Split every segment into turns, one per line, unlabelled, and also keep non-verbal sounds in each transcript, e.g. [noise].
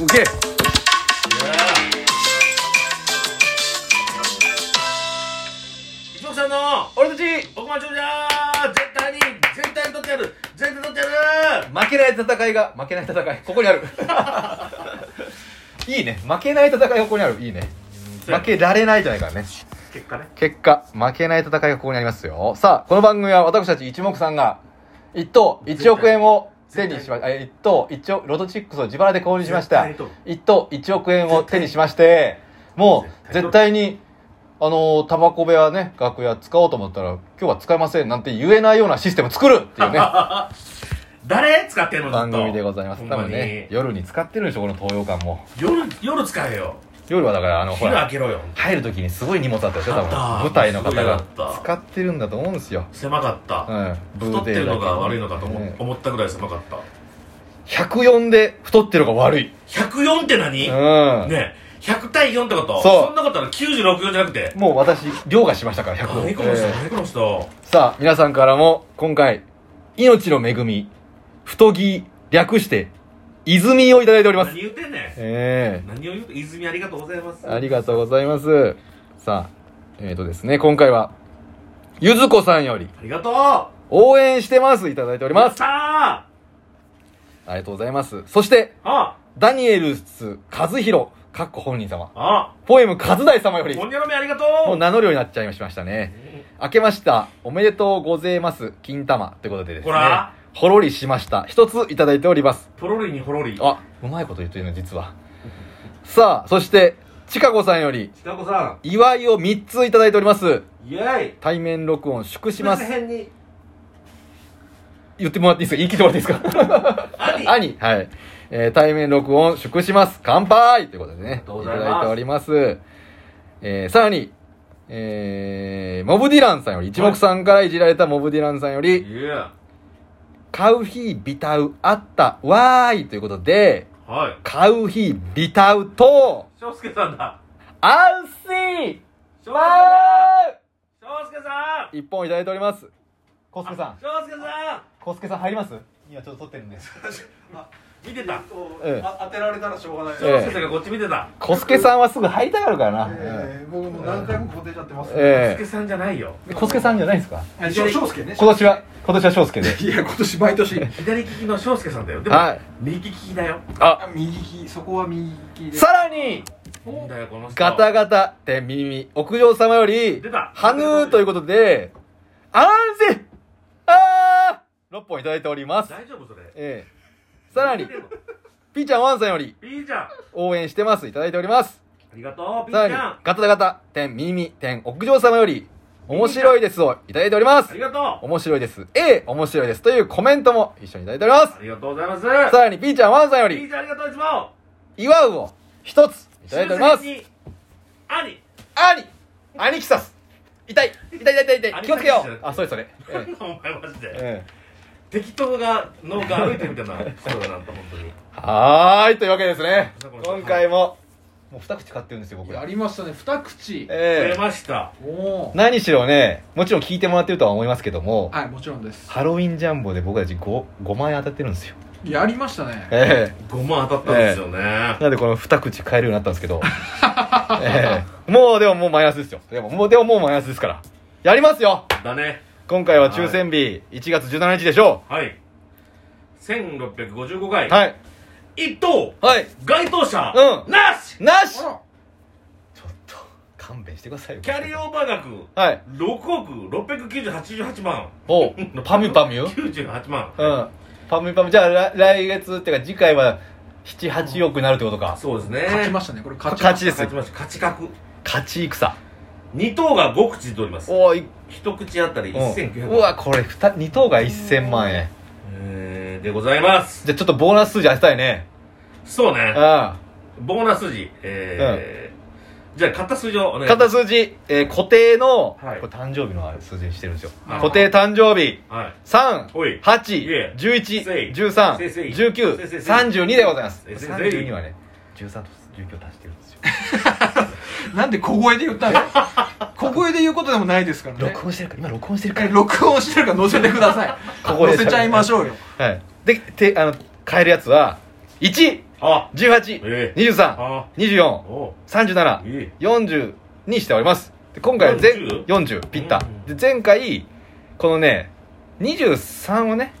오케이.
「一目さんの
俺たち、
僕は長者絶対に絶対に取ってやる絶対に取ってやる
負けない戦いが、負けない戦い、ここにある。 [laughs] いいね。負けない戦いがここにある。いいね。負けられないじゃないからね。
結果ね [laughs]
結果、負けない戦いがここにありますよ。さあ、この番組は私たち一目さんが、一等1億円を手にしま、え、一等一億、ロトチックスを自腹で購入しました
絶対に取る。
一等1億円を手にしまして、もう絶
絶
対に、あのータバコ部屋ね、楽屋使おうと思ったら、今日は使えませんなんて言えないようなシステム作るっていうね、
誰使ってんのずっと
番組でございます。
ほん
多
ま
分
に
ね、夜に使ってるんでしょ、この東洋館も。
夜夜使えよ
夜はだから、あの、
火
ほら
開、けろよ
入る時にすごい荷物あったでしょ、多分。
あ
舞
った
台の方
すごいあ
が
った
使ってるんだと思うんですよ。
狭かった、
うん、
太ってるのが悪いのかと思,、
ね
思ったぐらい狭かった
104で太ってるのが悪い、
104って何、
うん
ねえ100対4ってこと
そうん
なことある964じゃなくて
もう私凌駕しましたから104、
何この人
えー
何この人
さあ皆さんからも今回「命の恵み太着」略して「泉」をいただいております
何言ってんねん
え
何を言うと泉ありがとうございます
えありがとうございますさあえー、とですね今回はゆずこさんより
ありがとうや
「応援してます」いただいておりま
っ
す
たーあ
ありがとうございますそして
あ
ダニエルス和弘かっこ本人様
あ
ポエム和大様より
ほんにゃらめありがと
もう
う
名乗るようになっちゃいましたね。明けました。おめでとうございます。金玉。ということでですね。
ほら
ほろりしました。一ついただいております。
ポロリにほろり
あ、うまいこと言ってるの、実は。さあ、そして、ちかこさんより、
ちかこさ
祝いを3ついただいております。
んイェイ
対面録音祝します。
辺に
言ってもらっていいですか言い切ってもらっていいですか
兄
兄はい。えー対面録音祝します。乾杯ということでね。
りがとうご
い
ざ
た
います
だいております。えーさらに、えーモブディランさんより、一目さんからいじられたモブディランさんより、
イエー
買う日ビタウあったわーいということで、
はい
買う日ビタウと、
翔介さんだ
アウシー
翔
わ
翔介さん
ー一本いただいております。コスケさん、
翔介さ
コスケさん入ります今ちょっと撮ってるんです。
ん見てた
ええ
あ当てられたらしょうがない。
え
翔介さんがこっち見てた
コスケさんはすぐ入りたがるからな。
ええ僕もう何回も固定ちゃってます。え
翔
え
介さんじゃないよ
えコスケさんじゃないですか
えー。翔介ね。
今年は、今年は翔介で。
いや今年毎年。
左利きの翔介さんだよでも
はい。
右利きだよ
あ、
右利きそこは右利きで。
さらに、
いいんだよこの人
ガタガタ、天耳、屋上様より
出、た
ハヌーということで、安心あー !6 本いただいております。
大丈夫それ
ええさらに
見、てんの
ピーちゃんワンさんより、
いいじゃんあ
応援してます。いただいております。
りがとうピ
さら
ーち
に、
ゃ
ガ
ん
タガタ、点、耳、点、屋上様より、面白いですをいただいておりま
あ
す
り。がとう
面白いです。ええ、面白いです。というコメントも一緒にいただいておりま
ありがとうございます
す。さらに、ピーちゃんワンさんよ
ピー
り、
ちゃんありがとういつも
祝うを一ついただいております。
親戚に兄
兄兄貴さす痛い痛い痛い痛い痛い気をつけようあ、それそれ。ええ
[laughs] お前マジで
ええ
適当が農家歩いてみたいなそうだなんと本当に
はーい、というわけでですね。今回も、もう二口買ってるんですよ、僕
や
ら。
りましたね二口。
え
出
え
ました
おお。
何しろね、もちろん聞いてもらってるとは思いますけども、
はいもちろんです。
ハロウィンジャンボで僕たち 5, 5万円当たってるんですよ。
やりましたね。
ええ
5万当たったんですよね
なんでこの二口買えるようになったんですけど、ええもうでももうマイナスですよ。でももう、でももうマイナスですから。やりますよ
だね
今回は抽選日、1月17日でしょ
はい1655回、
う。はい。
一等
はい。
該当者、
うん
なし
なしち
あら
ょっと勘弁してくださいよ
キャリーオーバー額
はい
6億698万
お [laughs] パミュパミ
[laughs]
ュ
98万、
うんパミュパミュじゃあ来来月っていうか次回は78億になるってことか
そうですね
勝ちましたねこれ勝ち
勝ちです
勝ちました勝ち確
勝ち戦
2等が5口で取ります
おい
一口あたり1900
うわこれ 2, 二等が1000万円
えーでございます
じゃあちょっとボーナス数字当てたいね
そう
う
ね
ん買
ボーナス筋えーじゃあ買った数字をお願い
った数字、えー固定の、
はい
これ誕生日の数字にしてるんですよ
あー
固定誕生日
はい
3
おいい
8
えせ
11
いせいせ
13
いせいせ
19
い
3 2でございます
せいせい
32はね13と19を足してるん
[laughs]
ですよ
なんで小声で言った
[laughs]
の。小声で言うことでもないですからね。
録音してるから今録音してるか
え録音してるから載せてください。
ここで
載せちゃいましょうよ。
らはいでてあの買えるやつは1
あええあ
18232437
おうえ
にしておりますで今回は全
40?
40ピッタで
う
前回このね23をね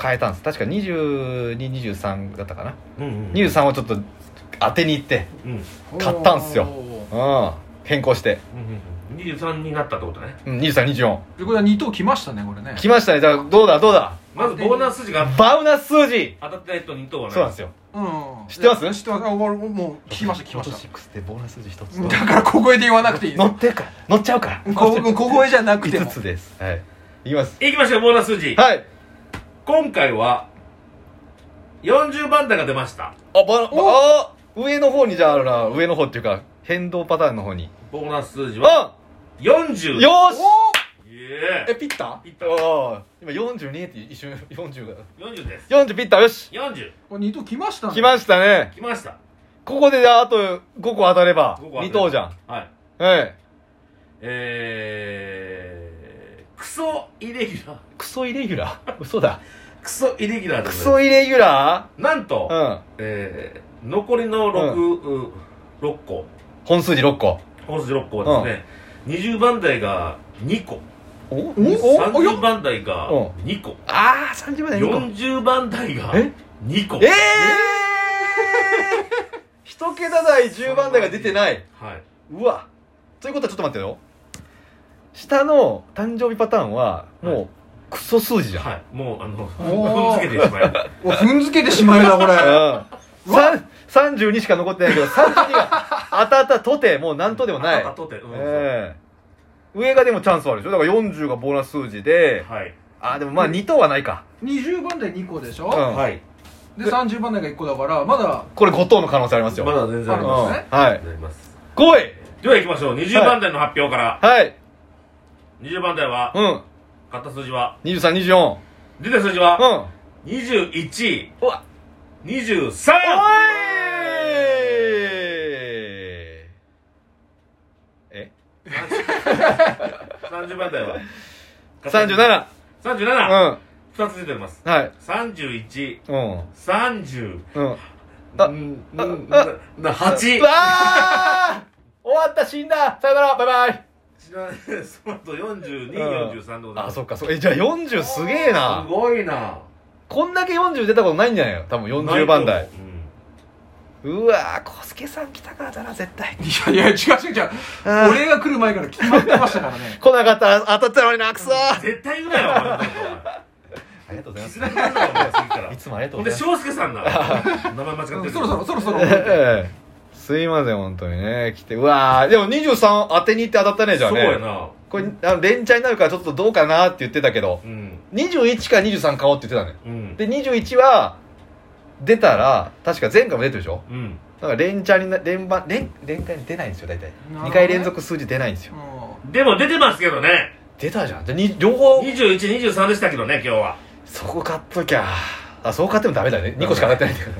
変えたんです確か2223だったかな
うんうんうん
23をちょっと当てに行って
うんうん
買ったんすよ
おー
うん変更して
うん23になったってことね
うん2324
でこれは2等来ましたねこれね
来ましたねじゃあどうだどうだ
まずボーナス数字が
バウナス数字
当たってないと2等はない
そうなんですよ
うん
知ってます
いや知ってますあもうもう聞きました聞きまし
ロト6ってボーナス数字一つ
ただから小声で言わなくていいです
乗ってるから乗っちゃうから
小小声じゃなくて
5
も
つですはいいきます
いきましょうボーナス数字
はい
今回は40番台が出ました
あバラあ上の方にじゃああるな上の方っていうか変動パターンの方に
ボーナス数字は
あ
40
よーし
イ
え
エ
ピッタ
ピッタ
おー今42って一瞬40が
ーイ40です
40ピッタよし
40
お2等来ましたね
来ましたね
来ました
ここでじゃああと5個当たれば
五個当たれ
2等じゃん
はい
え
えー、クソイレギュラー
えクソイレギュラー嘘だ
クソイレギュラ
ク
ーでございます
ソイレギュラ
なんと、
ーうん
えー、残りの6、う6個
本数字6個
本数6個はですね、20番台が2個
おお
およ
30番台が
うん
2個
ああ30まで2個
40番台が
え
2個
ええ一桁台10番台が出てない
はいう
わということはちょっと待ってよ下の誕生日パターンは
は
もうクソ数字じゃん、
はいもうあの
お
[laughs]
ー
踏んづけてしまいます
お踏んづけてしまいだこれ
うんさん32しか残ってないけど32が当たったとてもう何とでもない
あとで、うん
ええ上がでもチャンスはあるでしょだから40がボーナス数字で
はい
あでもまあ2等はないか
20番台2個でしょ、
うん
はい
で30番台が1個だからまだ
これ5等の可能性ありますよ、
まだ全然ありま
うん
す
ね
はい
あります
来い
では行きましょう20番台の発表から、
はい
20番台は
うん
買った数字は
2324
出た数字は、
うんお
21
うわ
23
いえ
30番台は
三37う
37!2
ん
つ出てます
はい
3130
うんうんあ
うん
あ
うん
あ
な8
うわあ終わった死んださよならバイバイ
その後
うん
4243でございま
あ
す
そっかそうえじゃあ40すげえな
すごいな
こんだけ40出たことないんじゃないよ多分40番台うわー小助さん来たからだな絶対
いやいや違う違う違う
あー
俺が来る前から決まってましたからね
来なかったら当たったのになくそー
絶対言うなよお前なん
[laughs] あ
か
りがとうご
お
ざいま
前気
す
づかないなお前次から
いつもありがとう
ほ
ござ
んで
います
翔介
[laughs]
さんな名前間違って
う
る
んそろそろそろそろ
ええすいません本当にね来てうわーでも23当てに行って当たったねじゃあ
そうや
ね
な
これあの連チャンになるからちょっとどうかなって言ってたけど
うん
21か23買おうって言ってたね
うん
で21は出たら確か前回も出てるでしょ
うん
だから連チャンにな連番連連回に出ないんですよ大体
ほどね
2回連続数字出ないんですよ
う
でも出てますけどね
出たじゃんじゃあに両方
2123でしたけどね今日は
そこ買っときゃあそこ買ってもダメだね2個しか当たってないんだから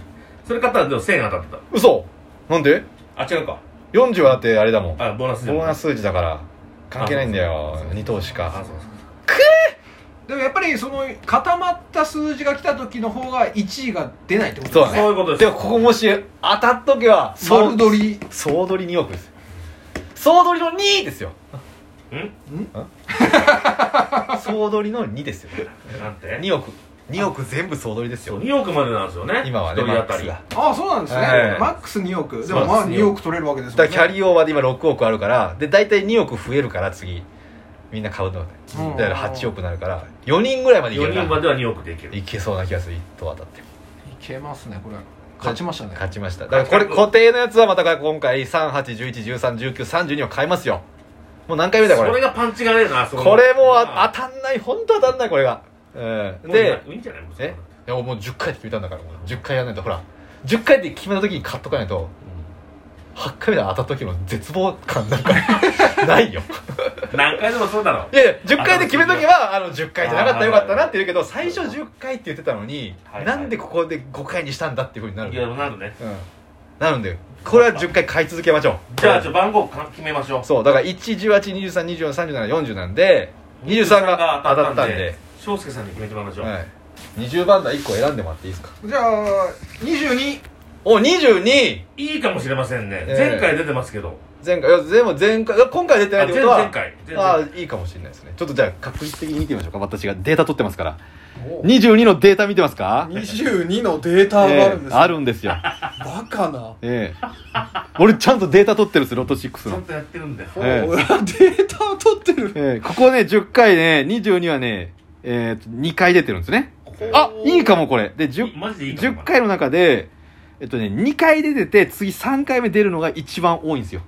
それ買ったらでも1000円当たって
嘘なんで
たあ違うか
40はだってあれだもんボ
あボーナスじゃん
ーナス数字だから関係ないんだよ
あそうそう
2等し
あ
か
そうそう
でもやっぱりその固まった数字が来た時の方が1位が出ないってこと
そうだね
そういうことです
でもここもし当たっとけば総
丸取り
総取り2億です総取りの2ですよ
ん
[laughs] 総取りの2ですよ
なんて
2億2億全部総取りです
そう
よ
2億までなんですよね
今はね
一
マ
人
ッ
当
ク
た
ス
り
が
ああそうなんですね、
はい
マックス2億で
そう
もまあ
です
2億取れるわけですもん
だ
ね
からキャリーオーバーで今6億あるからで大体2億増えるから次みんな買うの
うん
だから8億になるから4人ぐらいまでいけ
4
る
人ま
な
では2億でいける
いけそうな気がする1等当たって
いけますねこれ勝ちましたね
勝ちましただからこれ固定のやつはまた今回3811131932は買えますよもう何回目だよこ
それ
れ
がパンチがねえなその
これもう
ま
あ当たんない本当当たんないこれが、うん、
もういいな
で
いいんじゃないもうそんな
えいやもう10回って決めたんだからもう10回やらないとほら10回って決めた時に買っとかないと8回目で当たった時の絶望感なんか [laughs] ないよ
うん何回でもそうだろ
いやいや10回で決めとけばあの10回じゃなかったらよかったなって言うけど最初10回って言ってたのに、
はい
なんでここで5回にしたんだっていうふうになる
いやなるね
うん、なのでこれは10回買い続けましょう
じゃあちょ番号か決めましょう
そうだから11823243740なんで23が当たったんで、
翔介さんに決めてもらいましょう
はい、20番台1個選んでもらっていいですか
じゃあ22
お22
いいかもしれませんね、
ええ
前回出てますけど
前回いやでも前回いや今回出てないってことは
あ前前回前々
ああいいかもしれないですねちょっとじゃあ確率的に見てみましょうか私がデータ取ってますから22のデータ見てますか
22のデータがあるんです
ええ
よ、
あるんですよ、
バカな、
ええ俺ちゃんとデータ取ってるんですロト6
ちゃ
の
ん、とやってるんだよ
ええ
おいデータを取ってる
ええここね10回ね22はね、えー、2回出てるんですねあいいかもこれで 10,
マジでいいかも
10回の中でえっとね2回出てて次3回目出るのが一番多いんですよ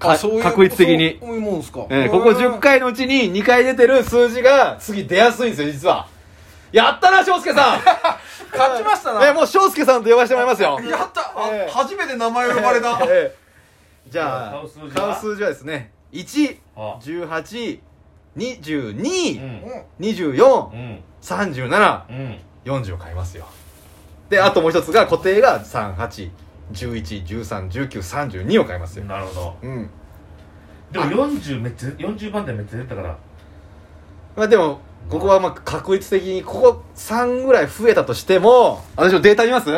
か
あそういう
確率的に
そういうもんですか、
えーここ10回のうちに2回出てる数字が次出やすいんですよ実はやったな翔介
[laughs]
さん
勝ちましたな
えーもう翔介さんと呼ばせてもらいますよ
やった、あ
ええ
初めて名前呼ばれた、
えーじゃあ
買う数字は
買う数字はですね
あう
118222430
んうんうん
を買いますよであともう一つが固定が3811131932を買いますよ
なるほど
うん
でも40めっちゃ40番台めっちゃ出たから
まあでもここはまあ確率的にここ3ぐらい増えたとしても私のデータ見ます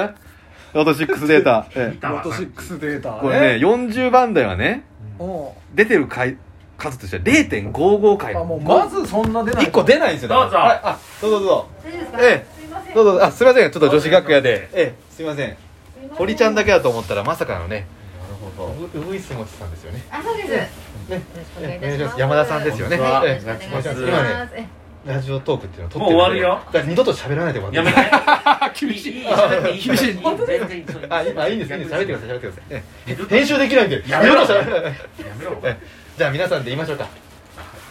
ロト6デ
[laughs]
ータ、え
見た
ロ
わ
ト6データ
えこれね40番台はね
うん
出てる回数としては0.55回
あもうまずそんな出ない
1個出ないんですよだから
どうぞ
はいあどうぞどうぞ
大丈夫ですか、
え
すいません
どうぞあすいませんちょっと女子楽屋
どうぞ
でええすいません
すいません
堀ちゃんだけだと思ったらまさかのね
なるほど
ウグイスモチさんですよね
あそうです
ね
お願いいた
お願いし
しま
ますす山田さんですよね
は
え
い
え
よろしくお願いします
今ね
え
ラジオトークっていうのを撮って
もう終わるよ
だから二度と喋らないでもら
や
って
め
いい
て厳しいいいいい厳しい全然いい
あ今いいんですいいんです喋ってください喋ってくださいええ
二度と
編集できないんで
やめろ
二度と喋らない
やめろ
えじゃあ皆さんで言いましょうか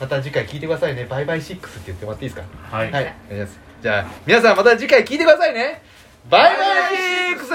また次回聞いてくださいねバイバイシックスって言ってもらっていいですか
はい
はいお願いしますじゃあ皆さんまた次回聞いてくださいねバイバイシックス